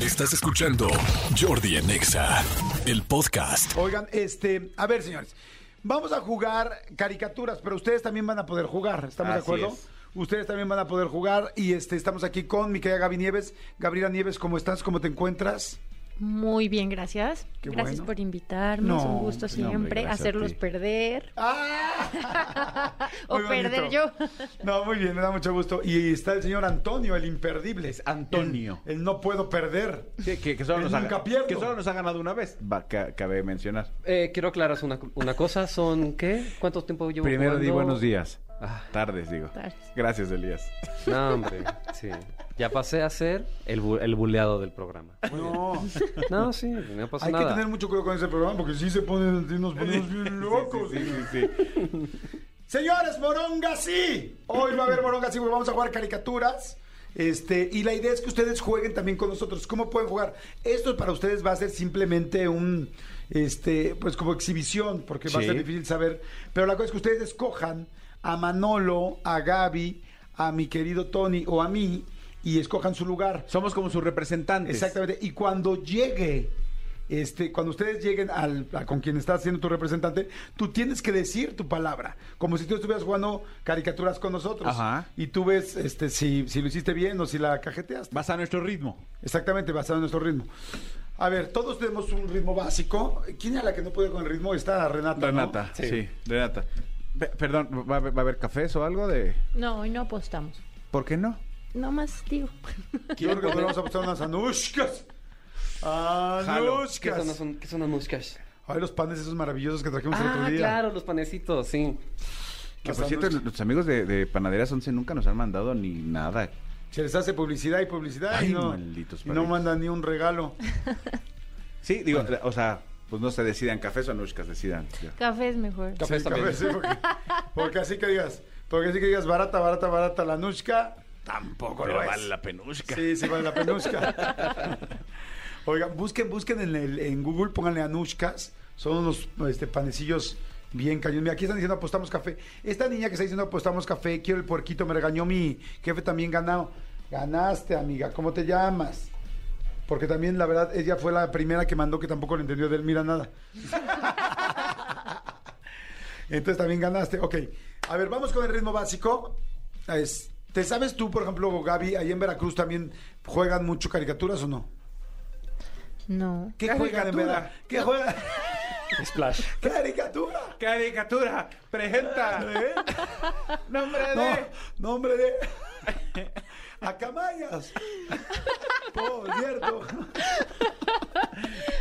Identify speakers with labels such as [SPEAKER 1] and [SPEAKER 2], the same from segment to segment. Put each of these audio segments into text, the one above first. [SPEAKER 1] Estás escuchando Jordi en Exa, el podcast.
[SPEAKER 2] Oigan, este, a ver, señores, vamos a jugar caricaturas, pero ustedes también van a poder jugar, ¿estamos
[SPEAKER 3] Así
[SPEAKER 2] de acuerdo?
[SPEAKER 3] es.
[SPEAKER 2] Ustedes también van a poder jugar y este, estamos aquí con mi querida Gaby Nieves. Gabriela Nieves, ¿cómo estás? ¿Cómo te encuentras?
[SPEAKER 4] Muy bien, gracias.
[SPEAKER 2] Qué
[SPEAKER 4] gracias
[SPEAKER 2] bueno.
[SPEAKER 4] por invitarme. es
[SPEAKER 2] No,
[SPEAKER 4] un gusto
[SPEAKER 3] hombre,
[SPEAKER 4] siempre
[SPEAKER 3] gracias a
[SPEAKER 4] hacerlos
[SPEAKER 3] ti.
[SPEAKER 4] perder.
[SPEAKER 2] ¡Ah!
[SPEAKER 4] O
[SPEAKER 2] Muy bonito.
[SPEAKER 4] perder yo.
[SPEAKER 2] No, muy bien, me da mucho gusto. Y está el señor Antonio, el imperdible.
[SPEAKER 3] Es Antonio.
[SPEAKER 2] El, el no puedo perder.
[SPEAKER 3] Sí, que, que solo
[SPEAKER 2] Él
[SPEAKER 3] nos
[SPEAKER 2] nunca
[SPEAKER 3] ha,
[SPEAKER 2] pierdo.
[SPEAKER 3] que solo nos ha ganado una vez. Va, ca- cabe mencionar.
[SPEAKER 5] Eh, quiero aclarar una, una cosa. ¿Son qué? ¿Cuánto tiempo llevo
[SPEAKER 3] Primero di
[SPEAKER 5] jugando?
[SPEAKER 3] buenos días.
[SPEAKER 5] Ah,
[SPEAKER 3] Tardes, digo.
[SPEAKER 4] Tardes.
[SPEAKER 3] Gracias, Elías.
[SPEAKER 5] no, hombre. Sí. Ya pasé a ser el, bu- el buleado del programa.
[SPEAKER 2] No.
[SPEAKER 5] No, sí, no pasa
[SPEAKER 2] Hay que
[SPEAKER 5] nada.
[SPEAKER 2] tener mucho cuidado con ese programa porque sí se ponen, sí nos ponemos bien locos.
[SPEAKER 3] Sí, sí, sí, sí.
[SPEAKER 2] Señores, Moronga sí. Hoy va a haber Moronga sí, porque vamos a jugar caricaturas. Este, y la idea es que ustedes jueguen también con nosotros. ¿Cómo pueden jugar? Esto para ustedes va a ser simplemente un este, pues como exhibición, porque va a
[SPEAKER 3] Sí.
[SPEAKER 2] ser difícil saber. Pero la cosa es que ustedes escojan a Manolo, a Gaby, a mi querido Tony o a mí y escojan su lugar.
[SPEAKER 3] Somos como sus representantes.
[SPEAKER 2] Exactamente. Y cuando llegue, este, cuando ustedes lleguen al, a con quien está siendo tu representante, tú tienes que decir tu palabra, como si tú estuvieras jugando caricaturas con nosotros.
[SPEAKER 3] Ajá.
[SPEAKER 2] Y tú ves este, si, si lo hiciste bien o si la cajeteaste.
[SPEAKER 3] Vas a nuestro ritmo.
[SPEAKER 2] Exactamente, basado en nuestro ritmo. A ver, todos tenemos un ritmo básico. ¿Quién era la que no puede con el ritmo? Está Renata. ¿no?
[SPEAKER 3] Renata. Sí. Renata. Pe- perdón, ¿va, a haber- va a haber cafés o algo de...?
[SPEAKER 4] No, hoy no apostamos.
[SPEAKER 3] ¿Por qué no?
[SPEAKER 4] No más, digo.
[SPEAKER 2] Yo creo que podemos apostar unas anushkas.
[SPEAKER 5] ¿Qué son, las-
[SPEAKER 2] Anushkas.
[SPEAKER 5] son- qué son las músicas?
[SPEAKER 2] Ay, los panes esos maravillosos que trajimos el otro
[SPEAKER 5] Ah,
[SPEAKER 2] día.
[SPEAKER 5] claro, los panecitos, sí.
[SPEAKER 3] Que
[SPEAKER 2] Las
[SPEAKER 3] por cierto,
[SPEAKER 2] anushkas.
[SPEAKER 3] los amigos de, de Panaderías 11 nunca nos han mandado ni nada.
[SPEAKER 2] Se les hace publicidad y publicidad
[SPEAKER 3] Ay,
[SPEAKER 2] y no,
[SPEAKER 3] malditos
[SPEAKER 2] y no
[SPEAKER 3] perritos.
[SPEAKER 2] mandan ni un regalo.
[SPEAKER 3] Sí, digo, o sea, pues no se decidan cafés o anushkas, decidan. Ya.
[SPEAKER 4] Café es mejor.
[SPEAKER 2] Café,
[SPEAKER 5] Sí,
[SPEAKER 2] café,
[SPEAKER 5] también.
[SPEAKER 2] sí, porque, porque así que digas, porque así que digas barata, barata, barata la nushka, tampoco lo es.
[SPEAKER 3] penushka.
[SPEAKER 2] Sí, sí vale la penushka. Oigan, busquen, busquen en, el- en Google, pónganle anushkas, son unos este, panecillos bien cañones. Mira, aquí están diciendo apostamos café. Esta niña que está diciendo apostamos café, quiero el puerquito, me regañó mi jefe también ganado. Ganaste, amiga, ¿cómo te llamas? Porque también, la verdad, ella fue la primera que mandó que tampoco le entendió del mira nada. Entonces también ganaste. Ok. A ver, vamos con el ritmo básico. Es- ¿Te sabes tú, por ejemplo, Gaby, ahí en Veracruz también juegan mucho caricaturas o no?
[SPEAKER 4] No.
[SPEAKER 2] ¿Qué juegan en
[SPEAKER 3] Caricatura.
[SPEAKER 2] Veracruz? ¿Qué juegan?
[SPEAKER 5] Splash.
[SPEAKER 2] ¡Caricatura!
[SPEAKER 3] Caricatura, presenta.
[SPEAKER 2] ¿Eh?
[SPEAKER 3] Nombre de...
[SPEAKER 2] No, nombre de. Acamayas. Por cierto.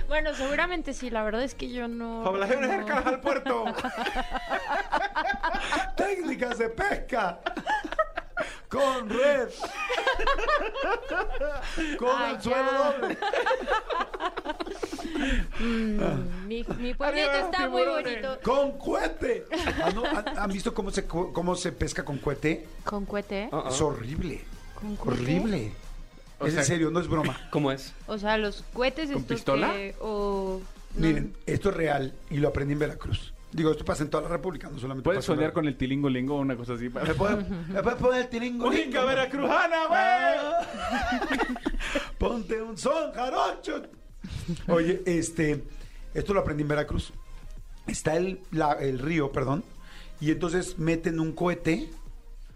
[SPEAKER 4] Bueno, seguramente sí. La verdad es que yo no.
[SPEAKER 3] Poblaciones
[SPEAKER 4] no-
[SPEAKER 3] cercanas al puerto.
[SPEAKER 2] Técnicas de pesca. Con red. Con
[SPEAKER 4] Ay,
[SPEAKER 2] anzuelo
[SPEAKER 4] ya.
[SPEAKER 2] doble. Ah.
[SPEAKER 4] Mm, mi, mi pueblito
[SPEAKER 3] Arriba los
[SPEAKER 4] está muy
[SPEAKER 3] tiburones.
[SPEAKER 4] bonito.
[SPEAKER 2] ¡Con cohete! Ah, no, ¿Han, han visto cómo se, cu- cómo se pesca con cohete?
[SPEAKER 4] ¿Con cohete?
[SPEAKER 5] Ah, ah.
[SPEAKER 2] Es horrible.
[SPEAKER 4] ¿Con cohete?
[SPEAKER 2] Horrible.
[SPEAKER 3] O
[SPEAKER 2] es
[SPEAKER 3] sea-
[SPEAKER 2] en serio, no es broma.
[SPEAKER 5] ¿Cómo es?
[SPEAKER 4] O sea, los cohetes
[SPEAKER 3] ¿Con
[SPEAKER 4] estos
[SPEAKER 3] pistola?
[SPEAKER 4] que- o. no.
[SPEAKER 2] Miren, esto es real y lo aprendí en Veracruz. Digo, esto pasa en toda la República, no solamente
[SPEAKER 3] ¿Puedes
[SPEAKER 2] pasa en
[SPEAKER 3] soñar con
[SPEAKER 2] Veracruz.
[SPEAKER 3] el tilingolingo o una cosa así?
[SPEAKER 2] ¿Me puedo- me puedes poner el tiringo?
[SPEAKER 3] ¡Única veracrujana, güey!
[SPEAKER 2] Ponte un son, jarocho. Oye, este, esto lo aprendí en Veracruz. Está el, la- el río, perdón, y entonces meten un cohete,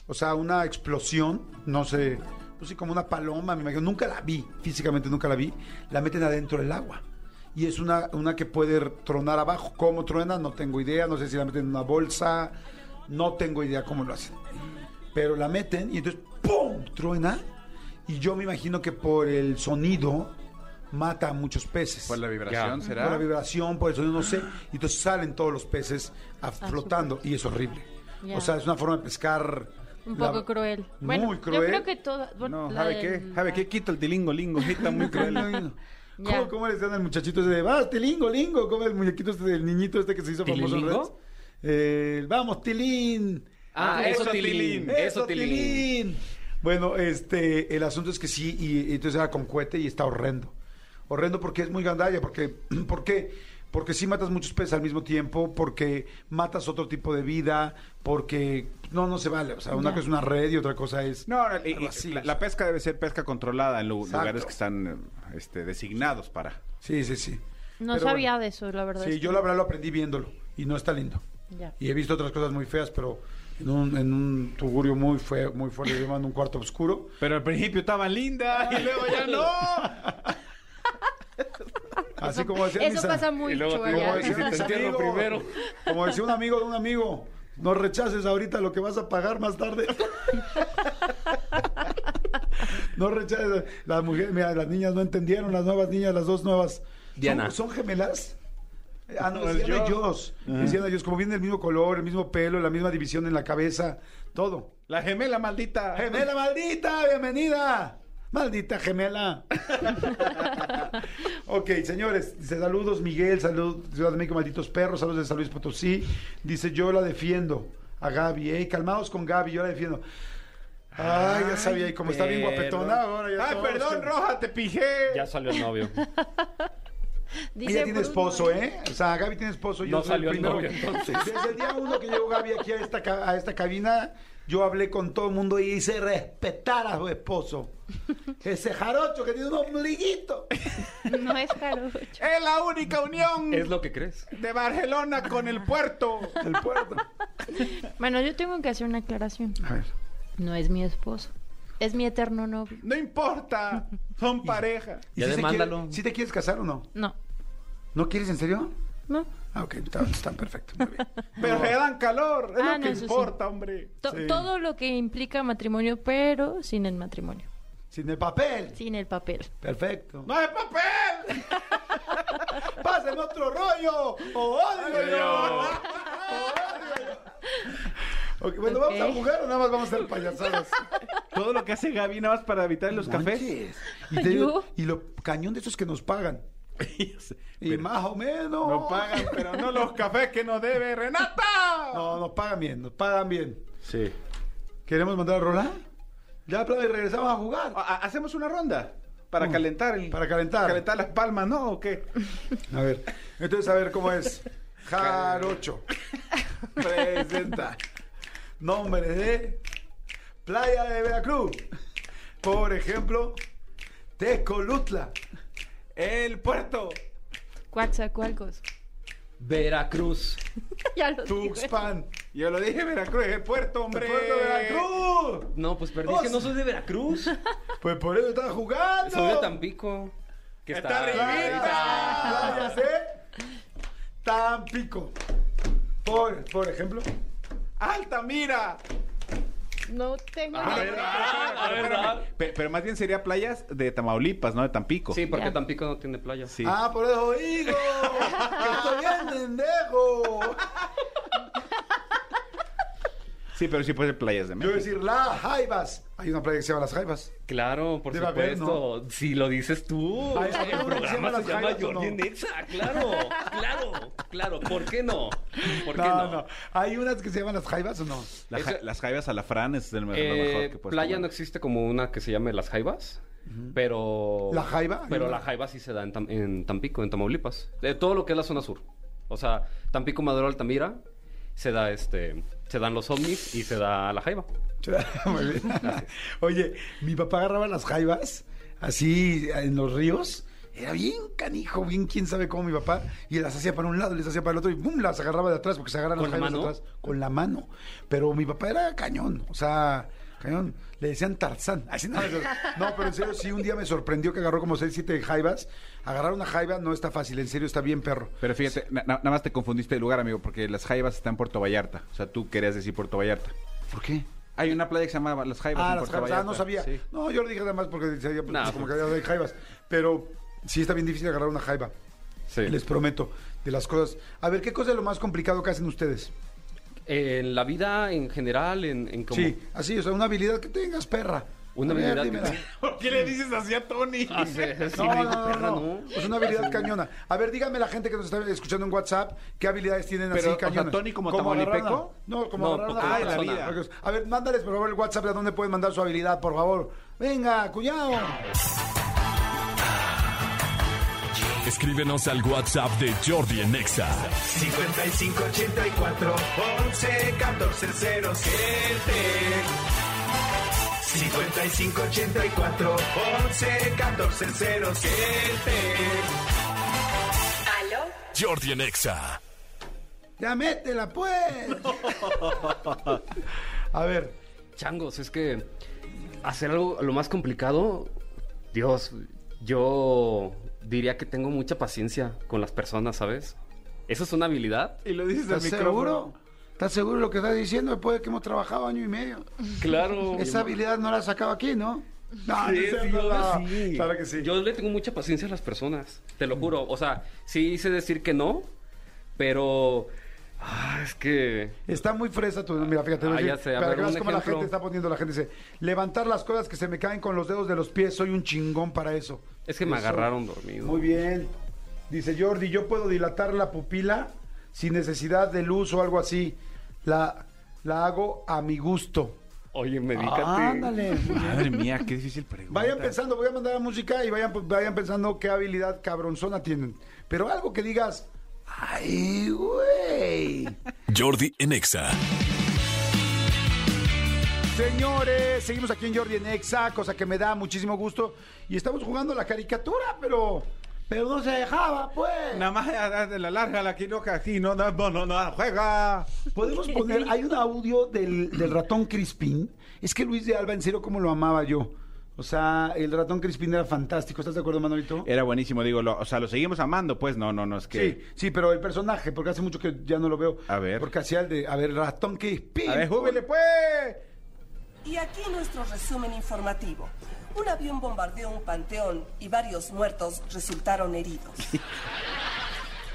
[SPEAKER 2] o sea, una explosión, no sé, pues sí, como una paloma, me imagino. Nunca la vi, físicamente nunca la vi. La meten adentro del agua. Y es una, una que puede tronar abajo. ¿Cómo truena? No tengo idea. No sé si la meten en una bolsa. No tengo idea cómo lo hacen pero la meten y entonces ¡pum! truena y yo me imagino que por el sonido mata a muchos peces.
[SPEAKER 3] Por la vibración,
[SPEAKER 5] Ya.
[SPEAKER 3] ¿será?
[SPEAKER 2] Por la vibración, por el sonido, no sé. Y entonces salen todos los peces a- flotando y es horrible.
[SPEAKER 4] Ah, Ya.
[SPEAKER 2] O sea, es una forma de pescar.
[SPEAKER 4] Un
[SPEAKER 2] la-
[SPEAKER 4] poco cruel.
[SPEAKER 2] Muy
[SPEAKER 4] bueno,
[SPEAKER 2] cruel.
[SPEAKER 4] Yo creo que toda. bueno,
[SPEAKER 3] No,
[SPEAKER 4] la
[SPEAKER 3] ¿sabe qué?
[SPEAKER 4] del-
[SPEAKER 3] ¿Sabe qué? Quita el tilingolingo, está muy cruel.
[SPEAKER 4] Ya.
[SPEAKER 2] ¿Cómo, cómo le decían al muchachito ese de, vas, tilingo, lingo? ¿Cómo el muñequito este del niñito este que se hizo famoso en
[SPEAKER 5] ¿Tilingo?
[SPEAKER 2] redes? Eh, vamos, tilín.
[SPEAKER 5] Ah,
[SPEAKER 3] eso,
[SPEAKER 5] eso,
[SPEAKER 3] Tilín,
[SPEAKER 5] Tilín.
[SPEAKER 2] Eso,
[SPEAKER 5] Eso, Tilín.
[SPEAKER 2] Tilín. Bueno, este, el asunto es que sí, y, y entonces era con cohete y está horrendo. Horrendo porque es muy gandalla, porque, ¿por qué? Porque sí matas muchos peces al mismo tiempo, porque matas otro tipo de vida, porque no, no se vale. O sea, una
[SPEAKER 4] Ya.
[SPEAKER 2] cosa es una red y otra cosa es...
[SPEAKER 3] No, no, y-
[SPEAKER 2] algo
[SPEAKER 3] y
[SPEAKER 2] así,
[SPEAKER 3] la,
[SPEAKER 2] o
[SPEAKER 3] la
[SPEAKER 2] sea.
[SPEAKER 3] pesca debe ser pesca controlada en lu-
[SPEAKER 2] Exacto.
[SPEAKER 3] lugares que están eh, este, designados para.
[SPEAKER 2] Sí, sí, sí.
[SPEAKER 4] ah, No
[SPEAKER 2] Pero
[SPEAKER 4] sabía
[SPEAKER 2] bueno.
[SPEAKER 4] de eso, la verdad.
[SPEAKER 2] Sí,
[SPEAKER 4] es
[SPEAKER 2] yo
[SPEAKER 4] que-
[SPEAKER 2] la verdad lo aprendí viéndolo y no está lindo.
[SPEAKER 4] Ya.
[SPEAKER 2] Y he visto otras cosas muy feas, pero en un, en un tugurio muy feo, muy fuerte, llevando un cuarto oscuro.
[SPEAKER 3] Pero al principio estaban lindas y luego ya no.
[SPEAKER 2] Así
[SPEAKER 4] Eso-
[SPEAKER 2] como decía
[SPEAKER 4] eso
[SPEAKER 2] Misa.
[SPEAKER 4] pasa mucho, Y luego te-
[SPEAKER 2] como
[SPEAKER 4] ya.
[SPEAKER 2] decía
[SPEAKER 4] Te
[SPEAKER 2] un
[SPEAKER 3] entierro
[SPEAKER 2] amigo,
[SPEAKER 3] primero.
[SPEAKER 2] Como decía un amigo de un amigo, no rechaces ahorita lo que vas a pagar más tarde. no rechaces. Las mujeres, mira, las niñas no entendieron, las nuevas niñas, las dos nuevas.
[SPEAKER 5] Diana.
[SPEAKER 2] ¿Son, son gemelas? Ah, no,
[SPEAKER 3] No,
[SPEAKER 2] es
[SPEAKER 3] es
[SPEAKER 2] Diana y
[SPEAKER 3] yo.
[SPEAKER 2] Joss. Es Diana y Joss, como vienen el mismo color, el mismo pelo, la misma división en la cabeza, todo.
[SPEAKER 3] La gemela maldita.
[SPEAKER 2] Gemela maldita, bienvenida. Maldita gemela. ok, señores, dice saludos Miguel, saludos Ciudad de México, malditos perros, saludos de San Luis Potosí. Dice yo la defiendo a Gaby, eh, calmados con Gaby, yo la defiendo. Ay, ya sabía, y como está bien
[SPEAKER 5] perro.
[SPEAKER 2] guapetona ahora ya todos
[SPEAKER 3] Ay, Ah, perdón,
[SPEAKER 2] que-
[SPEAKER 3] Roja, te pijé.
[SPEAKER 5] Ya salió el novio.
[SPEAKER 4] Dice
[SPEAKER 2] Ella tiene
[SPEAKER 4] Bruno-
[SPEAKER 2] esposo, ¿eh? O sea, Gaby tiene esposo.
[SPEAKER 5] No
[SPEAKER 2] soy
[SPEAKER 5] salió el
[SPEAKER 2] primero
[SPEAKER 5] novio,
[SPEAKER 2] que-
[SPEAKER 5] entonces.
[SPEAKER 2] Desde el día uno que llegó Gaby aquí a esta, ca- a esta cabina, yo hablé con todo el mundo y hice respetar a su esposo. Ese jarocho que tiene un ombliguito.
[SPEAKER 4] No es jarocho.
[SPEAKER 3] Es la única unión
[SPEAKER 5] Es lo que crees.
[SPEAKER 3] de Barcelona con el puerto.
[SPEAKER 2] El puerto.
[SPEAKER 4] Bueno, yo tengo que hacer una aclaración.
[SPEAKER 2] A ver.
[SPEAKER 4] No es mi esposo. Es mi eterno novio.
[SPEAKER 3] No importa, son pareja.
[SPEAKER 2] ¿Y
[SPEAKER 5] Ya
[SPEAKER 2] si se
[SPEAKER 5] demándalo.
[SPEAKER 2] quiere- ¿Si te quieres casar o no?
[SPEAKER 4] No,
[SPEAKER 2] ¿No quieres en serio?
[SPEAKER 4] no.
[SPEAKER 2] Ah, ok, está, está perfecto. Muy bien.
[SPEAKER 3] Pero le dan calor, es
[SPEAKER 4] Ah,
[SPEAKER 3] lo
[SPEAKER 4] no,
[SPEAKER 3] que
[SPEAKER 4] eso sí.
[SPEAKER 3] importa, hombre.
[SPEAKER 4] To-
[SPEAKER 2] Sí.
[SPEAKER 4] Todo lo que implica matrimonio, pero sin el matrimonio.
[SPEAKER 2] Sin el papel.
[SPEAKER 4] Sin el papel.
[SPEAKER 2] Perfecto.
[SPEAKER 3] ¡No hay papel!
[SPEAKER 2] ¡Pásenme otro rollo! ¡O odio yo! ¡O odio yo! Ok, bueno, ¿vamos
[SPEAKER 4] Ok.
[SPEAKER 2] a jugar o nada más vamos a hacer payasadas?
[SPEAKER 3] Todo lo que hace Gaby nada más para evitar los cafés.
[SPEAKER 2] Manches. Y, te digo-
[SPEAKER 4] ¿Yo?
[SPEAKER 2] y lo cañón de eso es que nos pagan. Y
[SPEAKER 3] Pero-
[SPEAKER 2] más o menos.
[SPEAKER 3] Nos pagan, pero no los cafés que nos debe Renata.
[SPEAKER 2] No, nos pagan bien, nos pagan bien.
[SPEAKER 5] Sí.
[SPEAKER 2] ¿Queremos mandar a rolar? Ya, Play, regresamos a jugar.
[SPEAKER 3] Ha- Ah, Hacemos una ronda para
[SPEAKER 2] Mm.
[SPEAKER 3] calentar el-
[SPEAKER 2] Para calentar.
[SPEAKER 3] calentar las palmas, ¿no? ¿O qué?
[SPEAKER 2] A ver, entonces a ver cómo es. Jarocho. Presenta. Nombre de Playa de Veracruz. Por ejemplo, Tezcolutla.
[SPEAKER 3] El puerto.
[SPEAKER 4] Coatzacoalcos.
[SPEAKER 5] Veracruz.
[SPEAKER 4] ya lo dije.
[SPEAKER 2] Tuxpan.
[SPEAKER 3] Yo lo dije, Veracruz, el puerto, hombre.
[SPEAKER 2] Puerto de Veracruz.
[SPEAKER 5] No, pues perdí. Es que no soy de Veracruz.
[SPEAKER 2] Pues por eso estaba jugando.
[SPEAKER 5] Soy de Tampico. Que
[SPEAKER 3] Está
[SPEAKER 5] está,
[SPEAKER 3] arribita.
[SPEAKER 2] Playas de Tampico. Por, por ejemplo.
[SPEAKER 3] Altamira.
[SPEAKER 4] No tengo
[SPEAKER 5] Ah,
[SPEAKER 4] ni-
[SPEAKER 5] ¿verdad? Ah, ¿verdad?
[SPEAKER 3] Pe- Pero, más bien sería playas de Tamaulipas, ¿no? De Tampico.
[SPEAKER 5] Sí, porque
[SPEAKER 4] Ya.
[SPEAKER 5] Tampico no tiene playa.
[SPEAKER 3] Sí.
[SPEAKER 2] Ah, por eso digo. que estoy bien mendejo.
[SPEAKER 3] Sí, pero sí puede ser playas de
[SPEAKER 2] Yo voy a
[SPEAKER 3] México.
[SPEAKER 2] decir las Jaivas. Hay una playa que se llama las Jaivas.
[SPEAKER 5] Claro, por
[SPEAKER 2] Debe haber,
[SPEAKER 5] supuesto. Si lo dices tú,
[SPEAKER 2] Ay,
[SPEAKER 5] el
[SPEAKER 2] ¿habrá una que se llama
[SPEAKER 5] programa
[SPEAKER 2] Las
[SPEAKER 5] se llama
[SPEAKER 2] Jainas o
[SPEAKER 5] Jordi
[SPEAKER 2] no?
[SPEAKER 5] Nexa. Claro, claro, claro. ¿Por qué no? ¿Por qué
[SPEAKER 2] No,
[SPEAKER 5] no?
[SPEAKER 2] no. ¿Hay unas que se llaman las Jaivas o no?
[SPEAKER 3] La ja-
[SPEAKER 5] Eso-
[SPEAKER 3] Las jaivas alafrán es el, lo mejor
[SPEAKER 5] Eh,
[SPEAKER 3] que puedes
[SPEAKER 5] playa no
[SPEAKER 3] tomar.
[SPEAKER 5] existe como una que se llame Las Jaivas, pero...
[SPEAKER 2] ¿La Jaiva?
[SPEAKER 5] Pero
[SPEAKER 2] Hay una-
[SPEAKER 5] la Jaiva sí se da en, Tam- en Tampico, en Tamaulipas. De todo lo que es la zona sur. O sea, Tampico, Madero, Altamira, se da este... Se dan los ovnis y se da la Jaiva.
[SPEAKER 2] Muy bien. Oye, mi papá agarraba las jaivas así en los ríos. Era bien canijo, bien quién sabe cómo mi papá. Y las hacía para un lado, les hacía para el otro y ¡bum! las agarraba de atrás porque se agarran
[SPEAKER 5] ¿Con
[SPEAKER 2] las
[SPEAKER 5] la
[SPEAKER 2] jaivas de
[SPEAKER 5] mano?
[SPEAKER 2] atrás con la mano. Pero mi papá era cañón, o sea, cañón. Le decían Tarzán. Así no, no, pero en serio, sí, un día me sorprendió que agarró como 6, 7 jaivas. Agarrar una jaiva no está fácil, en serio está bien perro.
[SPEAKER 3] Pero fíjate, na- na- nada más te confundiste de lugar, amigo, porque las jaivas están en Puerto Vallarta. O sea, tú querías decir Puerto Vallarta.
[SPEAKER 2] ¿Por qué?
[SPEAKER 3] Hay una playa que se llama Las Jaivas
[SPEAKER 2] Ah,
[SPEAKER 3] en
[SPEAKER 2] las
[SPEAKER 3] Puerto
[SPEAKER 2] jaivas. Ah,
[SPEAKER 3] Vallarta.
[SPEAKER 2] no sabía.
[SPEAKER 3] Sí.
[SPEAKER 2] No, yo lo dije nada más porque decía, pues,
[SPEAKER 5] Nah,
[SPEAKER 2] como que
[SPEAKER 5] pues.
[SPEAKER 2] había de jaivas. Pero sí está bien difícil agarrar una jaiva.
[SPEAKER 5] Sí.
[SPEAKER 2] Les prometo. De las cosas. A ver, ¿qué cosa es lo más complicado que hacen ustedes?
[SPEAKER 5] En la vida en general, en, en como...
[SPEAKER 2] Sí, así, o sea, una habilidad que tengas, perra.
[SPEAKER 5] Una
[SPEAKER 2] A ver,
[SPEAKER 5] habilidad que
[SPEAKER 2] dímela.
[SPEAKER 5] tenga.
[SPEAKER 3] ¿Por qué le dices así a Tony?
[SPEAKER 5] Ah, sí, sí,
[SPEAKER 2] No,
[SPEAKER 5] le
[SPEAKER 2] no,
[SPEAKER 5] digo,
[SPEAKER 2] no,
[SPEAKER 5] "Perra,
[SPEAKER 2] no,
[SPEAKER 5] no".
[SPEAKER 2] Es una habilidad cañona. A ver, dígame la gente que nos está escuchando en WhatsApp, ¿qué habilidades tienen
[SPEAKER 3] Pero,
[SPEAKER 2] así
[SPEAKER 3] o sea,
[SPEAKER 2] cañonas?
[SPEAKER 3] Tony como
[SPEAKER 2] ¿Cómo agarrar
[SPEAKER 3] tamaulipeco?
[SPEAKER 2] una- No, como
[SPEAKER 5] No,
[SPEAKER 2] agarrar una
[SPEAKER 5] como
[SPEAKER 2] jaiva. Ah,
[SPEAKER 5] persona.
[SPEAKER 2] la vida. A ver, mándales por favor el WhatsApp a dónde pueden mandar su habilidad, por favor. Venga, cuñado.
[SPEAKER 1] Escríbenos al WhatsApp de Jordi en Exa.
[SPEAKER 6] 5584 11 14 07 5584 11 14 07
[SPEAKER 7] ¿Aló?
[SPEAKER 1] Jordi en Exa.
[SPEAKER 2] Ya métela, pues. A ver,
[SPEAKER 5] Changos, es que hacer algo lo más complicado, Dios, yo diría que tengo mucha paciencia con las personas, ¿sabes? Eso es una habilidad.
[SPEAKER 3] Y lo dices al
[SPEAKER 2] ¿estás seguro? ¿Estás seguro de lo que estás diciendo después de que hemos trabajado año y medio?
[SPEAKER 5] Claro.
[SPEAKER 2] Esa habilidad no la has sacado aquí, ¿no? No, no seas malvado. Claro que sí.
[SPEAKER 5] Yo le tengo mucha paciencia a las personas, te lo juro. O sea, sí sé decir que no, pero ah, es que
[SPEAKER 2] Está muy fresa tu. Mira, fíjate.
[SPEAKER 5] Ah,
[SPEAKER 2] voy a
[SPEAKER 5] ya
[SPEAKER 2] decir,
[SPEAKER 5] sé, a
[SPEAKER 2] para
[SPEAKER 5] ver,
[SPEAKER 2] que veas
[SPEAKER 5] un
[SPEAKER 2] cómo la
[SPEAKER 5] ejemplo.
[SPEAKER 2] gente está poniendo, la gente dice: levantar las cosas que se me caen con los dedos de los pies, soy un chingón para eso.
[SPEAKER 5] es que me
[SPEAKER 2] Eso.
[SPEAKER 5] agarraron dormido.
[SPEAKER 2] Muy bien. Dice Jordi: yo puedo dilatar la pupila sin necesidad de luz o algo así. La, la hago a mi gusto.
[SPEAKER 5] Oye, medícate.
[SPEAKER 2] Ándale.
[SPEAKER 3] Madre mía, qué difícil pregunta.
[SPEAKER 2] Vayan pensando, voy a mandar la música y vayan, vayan pensando qué habilidad cabronzona tienen. Pero algo que digas, ay, güey.
[SPEAKER 1] Jordi en Exa.
[SPEAKER 2] Señores, seguimos aquí en Jordi en Exa, cosa que me da muchísimo gusto. Y estamos jugando a la caricatura, pero. Pero no se dejaba, pues.
[SPEAKER 8] Nada más a- a- la larga, la quinoca, así, no, no, no, no, no, juega.
[SPEAKER 2] Podemos poner. Hay un audio del, del ratón Crispín. Es que Luis de Alba, en serio, como lo amaba yo. O sea, el ratón Crispín era fantástico. ¿Estás de acuerdo, Manolito?
[SPEAKER 3] Era buenísimo, digo, lo- o sea, lo seguimos amando, pues no, no, no, es
[SPEAKER 2] Sí,
[SPEAKER 3] que...
[SPEAKER 2] sí, pero el personaje, porque hace mucho que ya no lo veo.
[SPEAKER 3] A ver.
[SPEAKER 2] Porque hacía el de. A ver, ratón Crispín.
[SPEAKER 3] A ver, júbele, pues.
[SPEAKER 9] Y aquí nuestro resumen informativo. Un avión bombardeó un panteón y varios muertos resultaron heridos.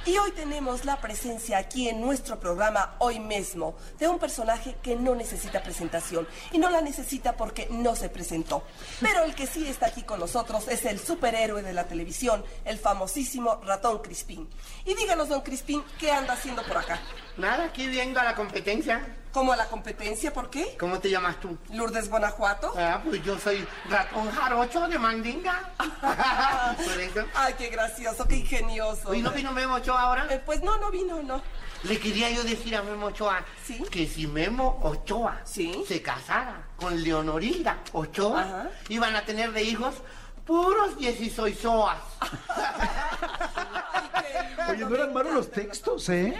[SPEAKER 9] Y hoy tenemos la presencia aquí en nuestro programa hoy mismo de un personaje que no necesita presentación y no la necesita porque no se presentó. Pero el que sí está aquí con nosotros es el superhéroe de la televisión, el famosísimo ratón Crispín. Y díganos, don Crispín, ¿qué anda haciendo por acá?
[SPEAKER 10] Nada, aquí viendo a la competencia.
[SPEAKER 9] ¿Como a la competencia? ¿Por qué?
[SPEAKER 10] ¿Cómo te llamas tú?
[SPEAKER 9] ¿Lourdes Guanajuato?
[SPEAKER 10] Ah, pues yo soy ratón jarocho de mandinga. Por eso.
[SPEAKER 9] Ay, qué gracioso, qué ingenioso.
[SPEAKER 10] Oye, ¿no vino Memo Ochoa ahora?
[SPEAKER 9] Eh, pues no, no vino, no.
[SPEAKER 10] Le quería yo decir a Memo Ochoa
[SPEAKER 9] Sí.
[SPEAKER 10] que si Memo Ochoa
[SPEAKER 9] Sí.
[SPEAKER 10] se casara con Leonorilda Ochoa,
[SPEAKER 9] Ajá.
[SPEAKER 10] iban a tener de hijos puros 16 soas.
[SPEAKER 2] Oye, no eran malos los textos, ¿eh?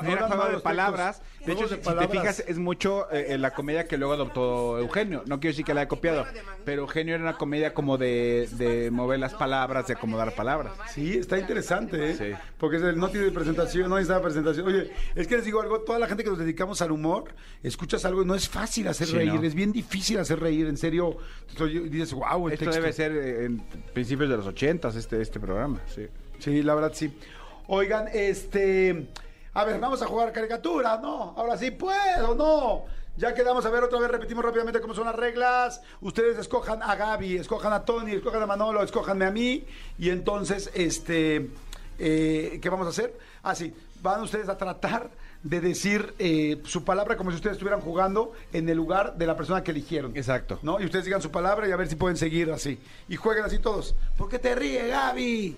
[SPEAKER 2] No
[SPEAKER 3] era
[SPEAKER 2] eran
[SPEAKER 3] juego
[SPEAKER 2] malos
[SPEAKER 3] de
[SPEAKER 2] textos.
[SPEAKER 3] palabras. De hecho,
[SPEAKER 2] Juegos de
[SPEAKER 3] si, si te
[SPEAKER 2] palabras.
[SPEAKER 3] fijas, es mucho eh, eh, la comedia que luego adoptó Eugenio. No quiero decir que la haya copiado, pero Eugenio era una comedia como de, de mover las palabras, de acomodar palabras.
[SPEAKER 2] Sí, está interesante, ¿eh?
[SPEAKER 3] Sí.
[SPEAKER 2] Porque es el no tiene presentación, no necesita presentación. Oye, es que les digo algo, toda la gente que nos dedicamos al humor, escuchas algo y no es fácil hacer
[SPEAKER 3] Sí,
[SPEAKER 2] reír,
[SPEAKER 3] ¿no?
[SPEAKER 2] es bien difícil hacer reír, en serio. Entonces, oye, dices, wow, el
[SPEAKER 3] Esto
[SPEAKER 2] texto".
[SPEAKER 3] debe ser eh, en principios de los ochentas, este, este programa, sí.
[SPEAKER 2] Sí, la verdad sí. Oigan, este. A ver, vamos a jugar caricatura, ¿no? Ahora sí, puedo, no. Ya quedamos, a ver, otra vez repetimos rápidamente cómo son las reglas. Ustedes escojan a Gaby, escojan a Tony, escojan a Manolo, escojanme a mí. Y entonces, este. eh, ¿Qué vamos a hacer? Ah, sí, van ustedes a tratar de decir eh, su palabra como si ustedes estuvieran jugando en el lugar de la persona que eligieron.
[SPEAKER 3] Exacto.
[SPEAKER 2] ¿No? Y ustedes digan su palabra y a ver si pueden seguir así. Y jueguen así todos. ¿Por qué te ríes, Gaby?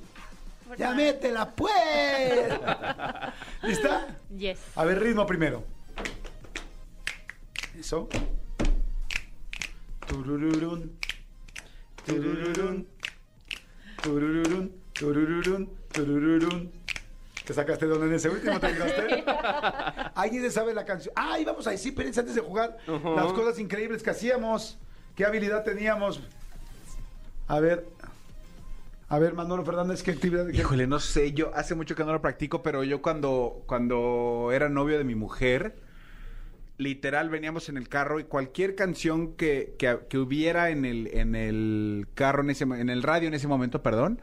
[SPEAKER 2] ¡Ya métela, pues! ¿Lista?
[SPEAKER 4] Yes.
[SPEAKER 2] A ver, ritmo primero. Eso. Turururun. Turururun. Turururun. Turururun. Turururun. ¿Te sacaste dónde en ese último? ¿Te ayudaste? ¿Alguien se sabe la canción? Ah, íbamos a decir, espérense antes de jugar, las cosas increíbles que hacíamos. ¿Qué habilidad teníamos? A ver. A ver, Manolo Fernández, ¿qué actividad? qué-
[SPEAKER 3] Híjole, no sé, yo hace mucho que no lo practico, pero yo cuando, cuando era novio de mi mujer, literal veníamos en el carro y cualquier canción que, que- que hubiera en el, en el carro, en, ese, mo- en el radio en ese momento, perdón,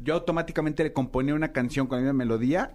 [SPEAKER 3] yo automáticamente le componía una canción con la misma melodía,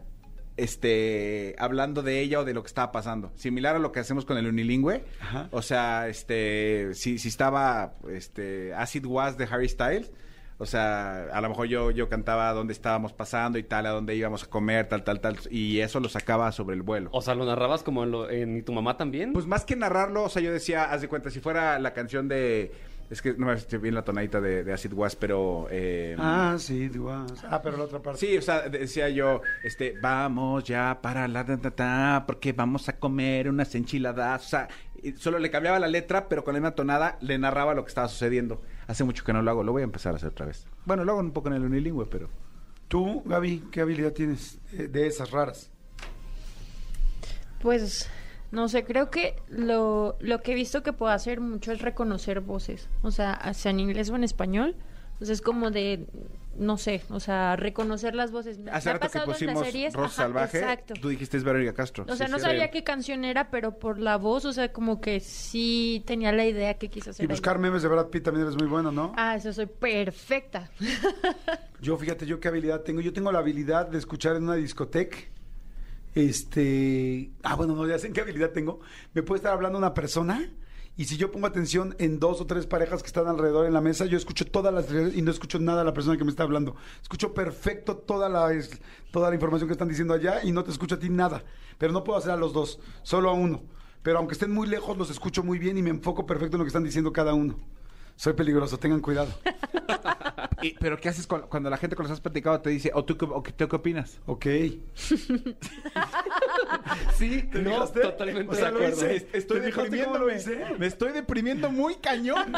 [SPEAKER 3] este, hablando de ella o de lo que estaba pasando. Similar a lo que hacemos con el unilingüe.
[SPEAKER 2] Ajá.
[SPEAKER 3] O sea, este, si, si estaba este, Acid Was de Harry Styles. O sea, a lo mejor yo, yo cantaba dónde estábamos pasando y tal, a dónde íbamos a comer, tal, tal, tal. Y eso lo sacaba sobre el vuelo.
[SPEAKER 5] O sea, lo narrabas como en, lo- en ¿Y tu mamá también.
[SPEAKER 3] Pues más que narrarlo, o sea, yo decía, haz de cuenta, si fuera la canción de Es que no me escuché bien la tonadita de, de Acid Was, pero. eh,
[SPEAKER 2] Ah, sí, duas. Ah, pero la otra parte.
[SPEAKER 3] Sí, o sea, decía yo, este, vamos ya para la ta, ta, ta, porque vamos a comer unas enchiladas. O sea, y solo le cambiaba la letra, pero con la misma tonada le narraba lo que estaba sucediendo. Hace mucho que no lo hago, lo voy a empezar a hacer otra vez. Bueno, lo hago un poco en el unilingüe, pero.
[SPEAKER 2] Tú, Gaby, ¿qué habilidad tienes eh, de esas raras?
[SPEAKER 4] Pues no sé, creo que lo, lo que he visto que puedo hacer mucho es reconocer voces, o sea, sea en inglés o en español. Entonces es como de, no sé, o sea, reconocer las voces. Me
[SPEAKER 3] Hace
[SPEAKER 4] ha
[SPEAKER 3] rato que
[SPEAKER 4] pasado en las
[SPEAKER 3] pusimos
[SPEAKER 4] series,
[SPEAKER 3] Rosa
[SPEAKER 4] ajá,
[SPEAKER 3] Salvaje.
[SPEAKER 4] Exacto.
[SPEAKER 3] Tú dijiste es Verónica Castro.
[SPEAKER 4] O sea, no sabía qué canción era, pero por la voz, o sea, como que sí tenía la idea que quise hacer.
[SPEAKER 2] Y
[SPEAKER 4] ahí.
[SPEAKER 2] buscar memes de Brad Pitt también eres muy bueno, ¿no?
[SPEAKER 4] Ah, eso soy perfecta.
[SPEAKER 2] Yo, fíjate, yo qué habilidad tengo. Yo tengo la habilidad de escuchar en una discoteca. Este. Ah, bueno, no, ya sé en qué habilidad tengo. Me puede estar hablando una persona. Y si yo pongo atención en dos o tres parejas que están alrededor en la mesa, yo escucho todas las y no escucho nada de la persona que me está hablando. Escucho perfecto toda la, es- toda la información que están diciendo allá y no te escucho a ti nada. Pero no puedo hacer a los dos, solo a uno. Pero aunque estén muy lejos, los escucho muy bien y me enfoco perfecto en lo que están diciendo cada uno. Soy peligroso, tengan cuidado.
[SPEAKER 3] Y- pero ¿qué haces cu- cuando la gente con la que has platicado te dice, o tú, qué- o qué- tú qué opinas?
[SPEAKER 2] Ok.
[SPEAKER 3] Sí,
[SPEAKER 2] ¿Te fijaste?
[SPEAKER 5] totalmente
[SPEAKER 2] O sea,
[SPEAKER 5] de
[SPEAKER 2] lo
[SPEAKER 5] acuerdo.
[SPEAKER 2] hice.
[SPEAKER 3] Est- Estoy
[SPEAKER 2] ¿Te fijaste cómo lo
[SPEAKER 3] deprimiéndome.
[SPEAKER 2] hice?
[SPEAKER 3] Me estoy deprimiendo muy cañón.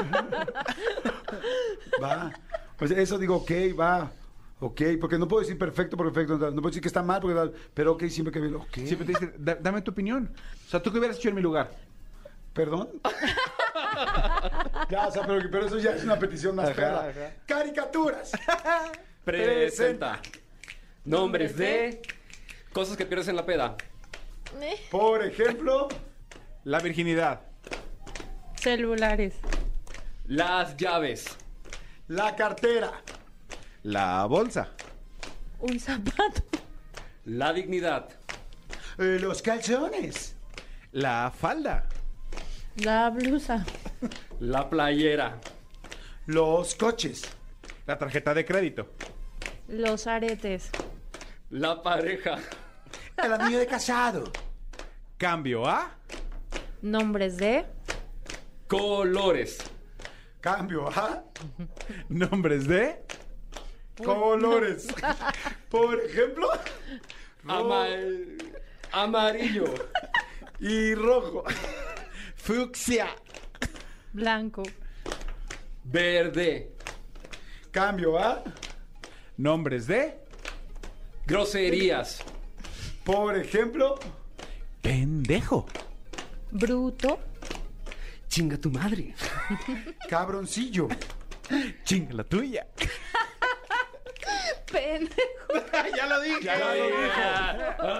[SPEAKER 2] Va. Pues eso digo, ok, va. Ok, porque no puedo decir perfecto, perfecto. No puedo decir que está mal, porque tal, pero ok, siempre que veo, ok.
[SPEAKER 3] Siempre te dice, "Da- dame tu opinión. O sea, ¿tú qué hubieras hecho en mi lugar?
[SPEAKER 2] ¿Perdón? ya, o sea, pero, pero eso ya es una petición más
[SPEAKER 3] Ajá,
[SPEAKER 2] perra.
[SPEAKER 3] ajá.
[SPEAKER 2] Caricaturas.
[SPEAKER 5] Presenta. Nombres de cosas que pierdes en la peda.
[SPEAKER 2] Por ejemplo,
[SPEAKER 3] La virginidad.
[SPEAKER 4] Celulares.
[SPEAKER 5] Las llaves.
[SPEAKER 2] la cartera.
[SPEAKER 3] La bolsa.
[SPEAKER 4] Un zapato.
[SPEAKER 5] La dignidad.
[SPEAKER 2] eh, los calzones.
[SPEAKER 3] La falda.
[SPEAKER 4] La blusa.
[SPEAKER 5] La playera.
[SPEAKER 2] Los coches.
[SPEAKER 3] La tarjeta de crédito.
[SPEAKER 4] Los aretes.
[SPEAKER 5] La pareja.
[SPEAKER 2] El anillo de casado.
[SPEAKER 3] Cambio a
[SPEAKER 4] Nombres de.
[SPEAKER 5] Colores.
[SPEAKER 2] Cambio, ajá.
[SPEAKER 3] nombres de
[SPEAKER 2] Colores. Por ejemplo,
[SPEAKER 5] Ama- Amarillo.
[SPEAKER 2] y rojo.
[SPEAKER 3] fucsia.
[SPEAKER 4] Blanco.
[SPEAKER 5] Verde.
[SPEAKER 2] Cambio, ¿ah?
[SPEAKER 3] Nombres de
[SPEAKER 5] Groserías.
[SPEAKER 2] Por ejemplo,
[SPEAKER 3] pendejo.
[SPEAKER 4] Bruto.
[SPEAKER 5] Chinga tu madre.
[SPEAKER 2] cabroncillo.
[SPEAKER 3] Chinga la tuya.
[SPEAKER 4] Pendejo.
[SPEAKER 3] ya lo dije. Ya lo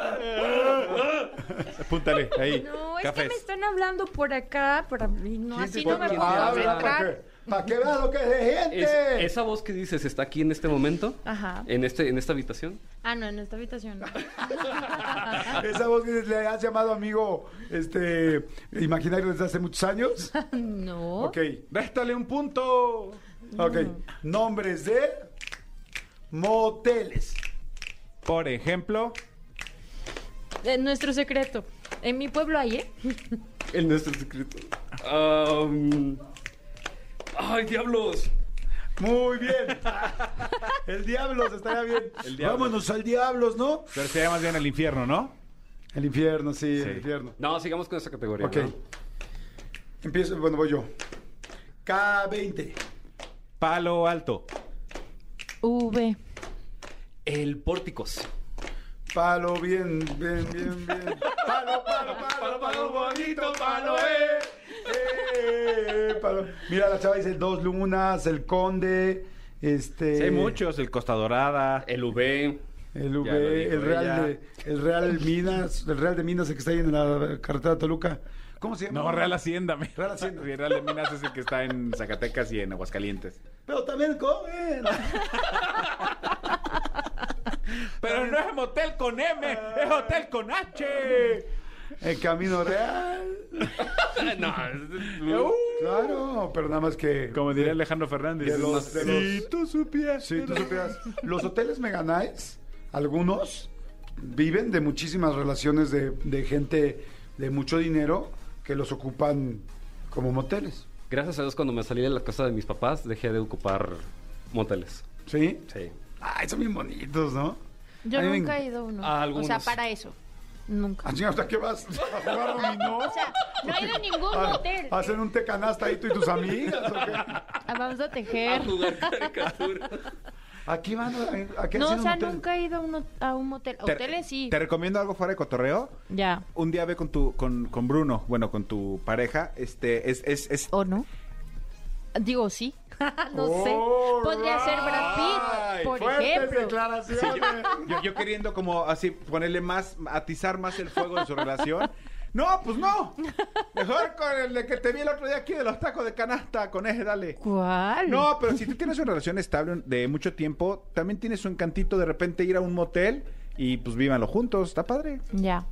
[SPEAKER 3] dije. Apúntale, ahí.
[SPEAKER 4] No, es que
[SPEAKER 3] Cafés.
[SPEAKER 4] me están hablando por acá, por mí. No,
[SPEAKER 2] ¿Quién te
[SPEAKER 4] así no me
[SPEAKER 2] habla?
[SPEAKER 4] puedo
[SPEAKER 2] Habla,
[SPEAKER 4] concentrar.
[SPEAKER 2] Para que veas lo que es de gente.
[SPEAKER 5] Es- esa voz que dices está aquí en este momento.
[SPEAKER 4] Ajá.
[SPEAKER 5] En, este, en esta habitación.
[SPEAKER 4] Ah, no, en esta habitación. no.
[SPEAKER 3] ah,
[SPEAKER 2] Esa voz que dices, le has llamado amigo este imaginario desde hace muchos años.
[SPEAKER 4] no.
[SPEAKER 2] Ok,
[SPEAKER 3] Réstale un punto.
[SPEAKER 2] ok.
[SPEAKER 4] Mm.
[SPEAKER 2] Nombres de moteles.
[SPEAKER 3] Por ejemplo,
[SPEAKER 4] Eh, nuestro secreto. En mi pueblo hay, ¿eh?
[SPEAKER 5] En nuestro secreto.
[SPEAKER 2] Ah.
[SPEAKER 5] Am, ¡Ay, diablos!
[SPEAKER 2] Muy bien. El diablo estaría bien.
[SPEAKER 3] diablos.
[SPEAKER 2] Vámonos al diablos, ¿no?
[SPEAKER 3] pero sería más bien el infierno, ¿no?
[SPEAKER 2] El infierno, sí,
[SPEAKER 3] Sí.
[SPEAKER 2] el infierno.
[SPEAKER 5] No, sigamos con esa categoría.
[SPEAKER 2] Ok.
[SPEAKER 5] ¿no?
[SPEAKER 2] Empiezo, bueno, voy yo. K20.
[SPEAKER 3] Palo alto.
[SPEAKER 4] V.
[SPEAKER 5] El pórticos.
[SPEAKER 2] Palo bien, bien, bien, bien. Palo, palo, palo, palo bonito, palo, eh. eh, eh, palo. Mira, la chava dice dos lunas, el conde, este.
[SPEAKER 3] Sí, hay muchos, el Costa Dorada.
[SPEAKER 5] El V.
[SPEAKER 2] El
[SPEAKER 5] Ya lo
[SPEAKER 2] V,
[SPEAKER 5] dijo
[SPEAKER 2] el Real
[SPEAKER 3] ella.
[SPEAKER 2] de, el Real Minas, el Real de Minas, el que está ahí en la carretera de Toluca. ¿Cómo se llama?
[SPEAKER 3] No, Real Hacienda. mi-
[SPEAKER 2] Real Hacienda.
[SPEAKER 3] Sí, Real de Minas es el que está en Zacatecas y en Aguascalientes.
[SPEAKER 2] Pero también comen.
[SPEAKER 3] Pero no es motel con M, es hotel con H.
[SPEAKER 2] El Camino Real.
[SPEAKER 5] no.
[SPEAKER 2] Claro, pero nada más que.
[SPEAKER 3] Uh. Como diría Alejandro Fernández.
[SPEAKER 2] De los- de
[SPEAKER 3] si
[SPEAKER 2] los-
[SPEAKER 3] tú supieras.
[SPEAKER 2] Si tú supieras, los hoteles Meganaes, algunos viven de muchísimas relaciones de, de gente de mucho dinero que los ocupan como moteles.
[SPEAKER 3] Que
[SPEAKER 5] Gracias a Dios, cuando me salí de la casa de mis papás, dejé de ocupar moteles.
[SPEAKER 2] ¿Sí?
[SPEAKER 5] Sí.
[SPEAKER 2] Ay, son bien bonitos, ¿no?
[SPEAKER 4] Yo
[SPEAKER 2] A mí me
[SPEAKER 4] nunca
[SPEAKER 2] enc-
[SPEAKER 4] he ido a uno.
[SPEAKER 5] A
[SPEAKER 4] O sea,
[SPEAKER 5] algunos.
[SPEAKER 4] para eso. Nunca.
[SPEAKER 2] Ah, chinga, ¿hasta qué vas? ¿A jugar dominó?
[SPEAKER 4] O sea, no he ido a ningún
[SPEAKER 2] ¿A-
[SPEAKER 4] hotel.
[SPEAKER 2] a hacer Ah, un tecanasta ahí tú y tus amigas? o qué?
[SPEAKER 4] Ah, Vamos a tejer.
[SPEAKER 5] jugar caricaturas.
[SPEAKER 2] Aquí van, a- ¿a qué
[SPEAKER 4] No,
[SPEAKER 2] hacen
[SPEAKER 4] o sea,
[SPEAKER 2] un hotel?
[SPEAKER 4] nunca he ido a un, hot- a un motel. A
[SPEAKER 3] Te-
[SPEAKER 4] hoteles sí.
[SPEAKER 3] Te recomiendo algo fuera de cotorreo.
[SPEAKER 4] Ya.
[SPEAKER 3] Un día ve con tu, con, con Bruno, bueno, con tu pareja, este, es, es, es
[SPEAKER 4] ¿O no? Digo, sí. no sé.
[SPEAKER 2] All
[SPEAKER 4] Podría ser Brad Pitt,
[SPEAKER 2] right.
[SPEAKER 4] por
[SPEAKER 2] Fuertes
[SPEAKER 4] ejemplo.
[SPEAKER 2] declaraciones.
[SPEAKER 3] yo, yo queriendo como así ponerle más, atizar más el fuego de su relación. No, pues no. Mejor con el de que te vi el otro día aquí de los tacos de canasta, con ese, dale.
[SPEAKER 4] ¿Cuál?
[SPEAKER 3] No, pero si tú tienes una relación estable de mucho tiempo, también tienes un cantito de repente ir a un motel y pues vívanlo juntos, está padre.
[SPEAKER 4] Ya.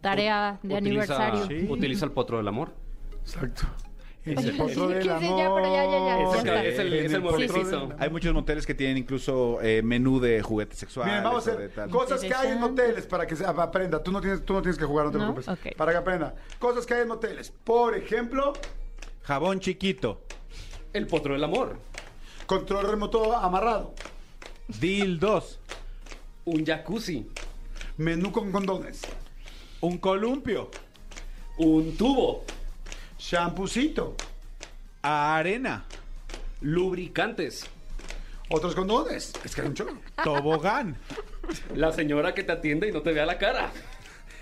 [SPEAKER 4] Tarea de
[SPEAKER 5] Utiliza-
[SPEAKER 4] aniversario.
[SPEAKER 3] Sí.
[SPEAKER 5] Utiliza el potro del amor.
[SPEAKER 2] Exacto. El
[SPEAKER 4] Oye,
[SPEAKER 2] potro
[SPEAKER 4] sí,
[SPEAKER 2] del
[SPEAKER 4] sí, ya, pero ya, ya, ya,
[SPEAKER 2] amor.
[SPEAKER 4] ya
[SPEAKER 5] Es el- es el- es el
[SPEAKER 2] potro
[SPEAKER 5] movimiento.
[SPEAKER 2] del amor.
[SPEAKER 3] Hay muchos moteles que tienen incluso eh, menú de juguetes sexuales.
[SPEAKER 2] Miren, vamos a
[SPEAKER 3] o de
[SPEAKER 2] hacer
[SPEAKER 3] tal.
[SPEAKER 2] cosas que hay en hoteles para que se aprenda. Tú no tienes, tú no tienes que jugar, no te
[SPEAKER 4] ¿No?
[SPEAKER 2] preocupes.
[SPEAKER 4] Ok.
[SPEAKER 2] Para que aprenda. Cosas que hay en hoteles. Por ejemplo,
[SPEAKER 3] Jabón chiquito,
[SPEAKER 5] El potro del amor.
[SPEAKER 2] control remoto amarrado.
[SPEAKER 3] dildos,
[SPEAKER 5] Un jacuzzi.
[SPEAKER 2] Menú con condones.
[SPEAKER 3] un columpio,
[SPEAKER 5] Un tubo.
[SPEAKER 2] Champucito.
[SPEAKER 3] arena,
[SPEAKER 5] Lubricantes.
[SPEAKER 2] Otros condones. Es que hay un chorro.
[SPEAKER 3] tobogán.
[SPEAKER 5] La señora que te atiende y no te vea la cara.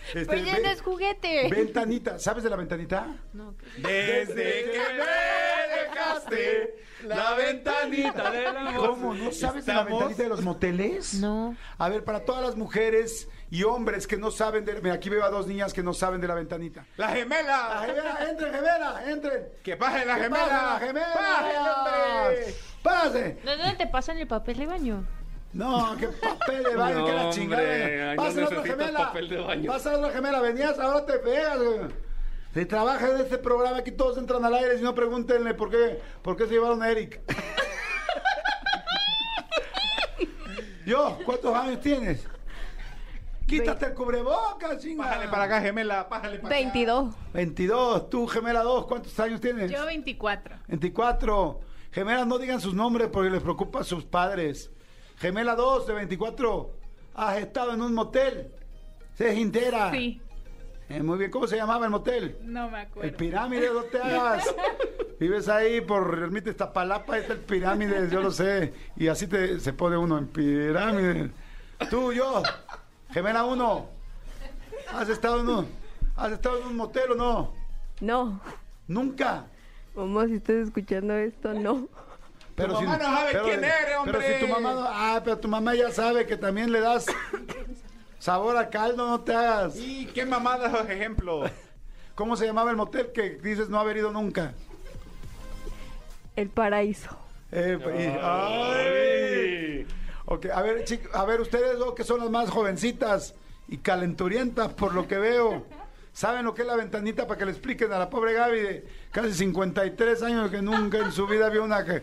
[SPEAKER 2] Este,
[SPEAKER 4] Pero Pues ya
[SPEAKER 2] ve-
[SPEAKER 4] no es juguete.
[SPEAKER 2] Ventanita. ¿Sabes de la ventanita?
[SPEAKER 4] No, ¿qué?
[SPEAKER 3] Desde que me dejaste la ventanita del amor.
[SPEAKER 2] ¿Cómo? ¿No sabes de la
[SPEAKER 3] Estamos-
[SPEAKER 2] ventanita de los moteles?
[SPEAKER 4] No.
[SPEAKER 2] A ver, para todas las mujeres y hombres que no saben de... Mira, aquí veo a dos niñas que no saben de la ventanita.
[SPEAKER 3] ¡La gemela!
[SPEAKER 2] ¡La gemela! ¡Entren, gemela! ¡Entren!
[SPEAKER 3] ¡Que baje la
[SPEAKER 2] ¡Que
[SPEAKER 3] gemela!
[SPEAKER 2] pasen las gemelas!
[SPEAKER 3] ¡Baje, hombre!
[SPEAKER 2] ¡Pase!
[SPEAKER 4] ¿No es donde te pasan el papel de baño?
[SPEAKER 2] No, qué papel de baño,
[SPEAKER 5] No,
[SPEAKER 2] que la
[SPEAKER 5] hombre,
[SPEAKER 2] chingada.
[SPEAKER 5] ay,
[SPEAKER 2] Pasa
[SPEAKER 5] no
[SPEAKER 2] otra
[SPEAKER 5] necesitas
[SPEAKER 2] gemela.
[SPEAKER 5] papel de baño.
[SPEAKER 2] Pasa otra gemela, venías, ahora te pegas, güey. Si trabaja en este programa, aquí todos entran al aire, si no pregúntenle por qué, por qué se llevaron a Eric. Yo, ¿cuántos años tienes? Quítate el cubrebocas, chingada.
[SPEAKER 3] Bájale para acá, gemela, bájale para
[SPEAKER 11] 22.
[SPEAKER 2] 22, tú, gemela 2, ¿cuántos años tienes?
[SPEAKER 11] Yo 24.
[SPEAKER 2] 24. Gemelas, no digan sus nombres porque les preocupa a sus padres. Gemela 2 de 24. Has estado en un motel. Se es entera.
[SPEAKER 11] Sí,
[SPEAKER 2] Eh, muy bien, ¿cómo se llamaba el motel?
[SPEAKER 11] no me acuerdo.
[SPEAKER 2] El pirámide, no te hagas. Vives ahí por Ermita Iztapalapa, ahí está el pirámide, yo lo sé. Y así te, se pone uno en pirámide. Tú, yo, gemela 1. ¿Has estado en un, has estado en un motel o no?
[SPEAKER 12] No,
[SPEAKER 2] Nunca.
[SPEAKER 12] mamá, si estás escuchando esto, no.
[SPEAKER 2] Pero
[SPEAKER 3] Tu mamá no sabe quién eres, hombre.
[SPEAKER 2] Pero si tu mamá no- ah, pero tu mamá ya sabe que también le das sabor a caldo, no te hagas.
[SPEAKER 3] ¡Y qué mamada ejemplo!
[SPEAKER 2] ¿Cómo se llamaba el motel que dices no haber ido nunca?
[SPEAKER 12] El paraíso.
[SPEAKER 2] Eh, y- ay. Ok, a ver, chicos, a ver, ustedes dos que son las más jovencitas y calenturientas por lo que veo. ¿Saben lo que es la ventanita para que le expliquen a la pobre Gaby de casi 53 años que nunca en su vida vio una que-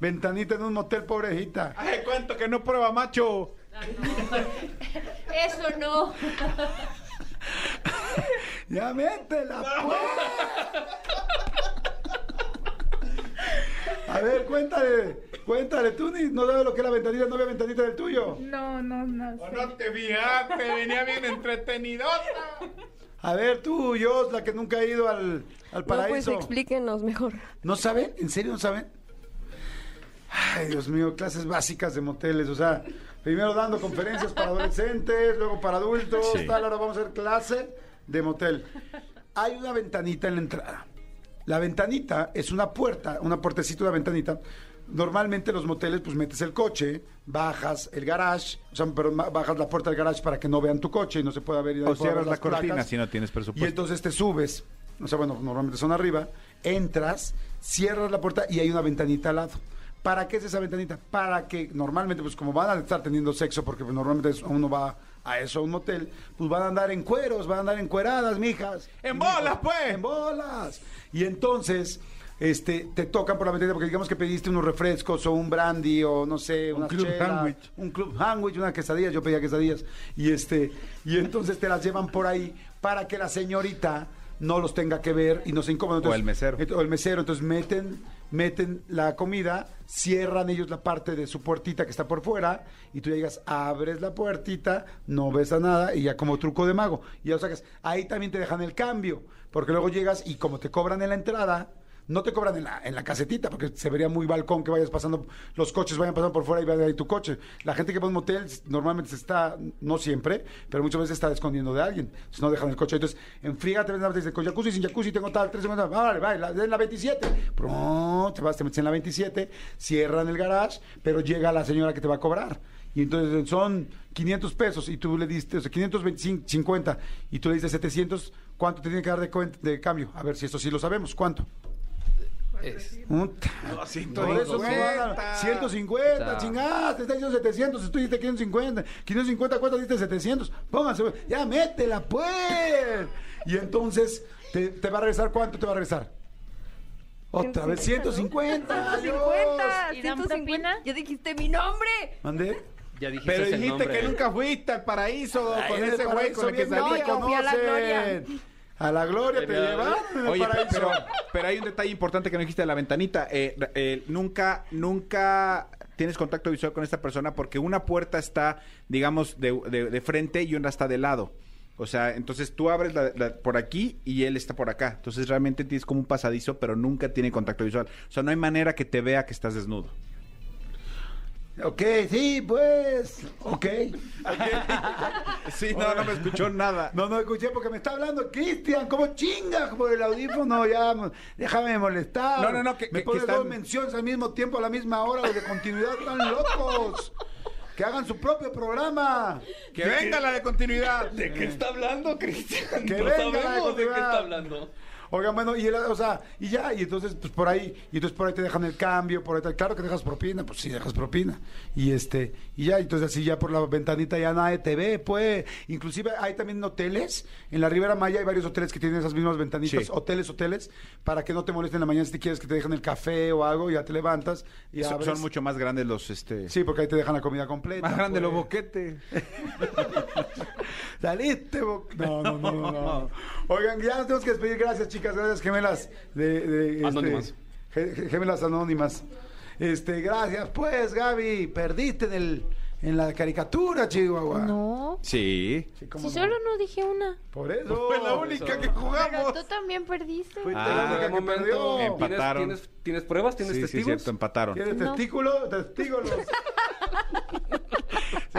[SPEAKER 2] ventanita en un motel, pobrecita?
[SPEAKER 3] ¡Ay, cuánto que no prueba, macho!
[SPEAKER 4] Eso no.
[SPEAKER 2] Ya métela, pues. A ver, cuéntale, cuéntale, tú ni- no sabes lo que es la ventanita, no había ventanita del tuyo.
[SPEAKER 11] No, no, no.
[SPEAKER 3] O
[SPEAKER 11] sé.
[SPEAKER 3] no te fijaste, venía bien entretenidota.
[SPEAKER 2] A ver, tú, yo, la que nunca ha ido al, al
[SPEAKER 12] No, pues
[SPEAKER 2] paraíso.
[SPEAKER 12] explíquenos mejor.
[SPEAKER 2] ¿No saben? ¿En serio no saben? Ay, Dios mío, clases básicas de moteles, o sea, primero dando conferencias para adolescentes, luego para adultos,
[SPEAKER 1] Sí.
[SPEAKER 2] tal, ahora vamos a hacer clase de motel. Hay una ventanita en la entrada. La ventanita es una puerta, una puertecita, una ventanita. Normalmente los moteles, pues metes el coche, bajas el garage, o sea, pero ma- bajas la puerta del garage para que no vean tu coche y no se pueda ver. y
[SPEAKER 3] O
[SPEAKER 2] ahí pueda ver
[SPEAKER 3] cierras la
[SPEAKER 2] las placas.
[SPEAKER 3] cortina si no tienes
[SPEAKER 2] Y
[SPEAKER 3] presupuesto.
[SPEAKER 2] entonces te subes, o sea, bueno, normalmente son arriba, entras, cierras la puerta y hay una ventanita al lado. ¿Para qué es esa ventanita? Para que normalmente, pues como van a estar teniendo sexo, porque pues, normalmente es- uno va a eso, a un motel, pues van a andar en cueros, van a andar encueradas, mijas.
[SPEAKER 3] ¡En bolas, pues!
[SPEAKER 2] ¡En bolas! Y entonces... Este, te tocan por la ventanita porque digamos que pediste unos refrescos o un brandy o no sé,
[SPEAKER 3] Un
[SPEAKER 2] una
[SPEAKER 3] club
[SPEAKER 2] chela,
[SPEAKER 3] sandwich.
[SPEAKER 2] un club sandwich, unas quesadillas, yo pedía quesadillas, y este, y entonces te las llevan por ahí para que la señorita no los tenga que ver y no se incomoden.
[SPEAKER 3] O el mesero.
[SPEAKER 2] ent- O el mesero. Entonces meten, meten la comida, cierran ellos la parte de su puertita que está por fuera y tú llegas, abres la puertita, no ves a nada y ya como truco de mago. Y ya lo sacas. Ahí también te dejan el cambio, porque luego llegas y como te cobran en la entrada... No te cobran en la, en la casetita, porque se vería muy balcón que vayas pasando, los coches vayan pasando por fuera y vean ahí tu coche. La gente que va a un motel normalmente se está, no siempre, pero muchas veces está escondiendo de alguien. Entonces no dejan el coche. Entonces, enfrígate, ves, dices, con jacuzzi, sin jacuzzi, tengo tal, tres semanas, ah, vale, vale, la, de la 27. Pronto, te vas, te metes en la 27, cierran el garage, pero llega la señora que te va a cobrar. Y entonces son 500 pesos y tú le diste, o sea, 525, 50, y tú le diste 700, ¿cuánto te tiene que dar de, cuen- de cambio? A ver si esto sí lo sabemos, ¿cuánto? Un t- por eso me van a- 150,
[SPEAKER 5] Está.
[SPEAKER 2] chingada, te está diciendo 700, tú dijiste 550, 550, ¿cuánto diste 700? Pónganse, güey. ya métela pues. Y entonces, ¿te, te va a regresar cuánto te va a regresar? Otra vez, 150. adiós.
[SPEAKER 12] 150,
[SPEAKER 4] ¿Y dan
[SPEAKER 12] 150. Ya dijiste mi nombre.
[SPEAKER 2] ¿Mandé?
[SPEAKER 5] Ya dijiste
[SPEAKER 3] Pero
[SPEAKER 5] el
[SPEAKER 3] dijiste
[SPEAKER 5] nombre.
[SPEAKER 3] que nunca fuiste al paraíso
[SPEAKER 2] Ay,
[SPEAKER 3] con
[SPEAKER 2] en el
[SPEAKER 3] ese güey
[SPEAKER 2] paraíso
[SPEAKER 3] con el que
[SPEAKER 2] bien
[SPEAKER 3] salí.
[SPEAKER 2] rico,
[SPEAKER 12] fui a la
[SPEAKER 2] no sé.
[SPEAKER 12] gloria.
[SPEAKER 2] A la gloria te
[SPEAKER 5] Pero-
[SPEAKER 2] llevaste del
[SPEAKER 3] Oye,
[SPEAKER 2] paraíso.
[SPEAKER 3] pero, pero hay un detalle importante que no dijiste de la ventanita. Eh, eh, nunca, nunca tienes contacto visual con esta persona porque una puerta está, digamos, de, de- de frente y una está de lado. O sea, entonces tú abres la- la- por aquí y él está por acá. Entonces realmente tienes como un pasadizo, pero nunca tiene contacto visual. O sea, no hay manera que te vea que estás desnudo.
[SPEAKER 2] Ok, sí, pues. Ok.
[SPEAKER 3] Sí, no, no me escuchó nada.
[SPEAKER 2] No, no escuché porque me está hablando Cristian. ¿Cómo chingas por el audífono? Ya, mo- déjame de molestar.
[SPEAKER 3] No, no, no, que-
[SPEAKER 2] me
[SPEAKER 3] que-
[SPEAKER 2] pones
[SPEAKER 3] que están-
[SPEAKER 2] dos menciones al mismo tiempo, a la misma hora, los de continuidad están locos. Que hagan su propio programa.
[SPEAKER 3] Que venga la de continuidad.
[SPEAKER 5] ¿De qué está hablando, Cristian?
[SPEAKER 2] Que
[SPEAKER 5] no
[SPEAKER 2] venga la
[SPEAKER 5] sabemos de qué
[SPEAKER 2] continuidad.
[SPEAKER 5] está hablando.
[SPEAKER 2] Oigan, bueno, y, el- o sea, y ya, y entonces, pues por ahí, y entonces por ahí te dejan el cambio, por ahí tal. Claro que dejas propina, pues sí, dejas propina. Y este, y ya, entonces así ya por la ventanita ya nadie te ve, pues. Inclusive hay también hoteles, en la Ribera Maya hay varios hoteles que tienen esas mismas ventanitas,
[SPEAKER 3] Sí.
[SPEAKER 2] hoteles, hoteles, para que no te molesten en la mañana si te quieres que te dejen el café o algo, ya te levantas y
[SPEAKER 3] Son-
[SPEAKER 2] abres.
[SPEAKER 3] Son mucho más grandes los, este...
[SPEAKER 2] Sí, porque ahí te dejan la comida completa.
[SPEAKER 3] Más grandes los
[SPEAKER 2] pues.
[SPEAKER 3] boquetes.
[SPEAKER 2] Saliste, bo- No, no, no, no, no. Oigan, ya nos tenemos que despedir. Gracias, chicas. Gracias, gemelas. De, de, este,
[SPEAKER 5] Anónimas.
[SPEAKER 2] ge- ge- gemelas anónimas. Este, gracias, pues, Gaby. Perdiste en, el, en la caricatura, Chihuahua.
[SPEAKER 4] No.
[SPEAKER 3] Sí.
[SPEAKER 2] Sí, cómo
[SPEAKER 4] Si
[SPEAKER 2] no.
[SPEAKER 4] solo no dije una.
[SPEAKER 2] Por eso.
[SPEAKER 3] Fue la única que
[SPEAKER 4] Pero
[SPEAKER 3] jugamos.
[SPEAKER 4] tú también perdiste.
[SPEAKER 2] Fuiste
[SPEAKER 3] Ah,
[SPEAKER 2] la única
[SPEAKER 5] Un
[SPEAKER 2] que
[SPEAKER 5] momento.
[SPEAKER 2] perdió.
[SPEAKER 5] ¿Tienes-
[SPEAKER 3] Empataron.
[SPEAKER 5] ¿Tienes, tienes pruebas? ¿Tienes
[SPEAKER 3] Sí, sí,
[SPEAKER 5] testigos?
[SPEAKER 3] cierto, empataron.
[SPEAKER 2] ¿Tienes
[SPEAKER 4] No.
[SPEAKER 2] testículo? Testígolos. Si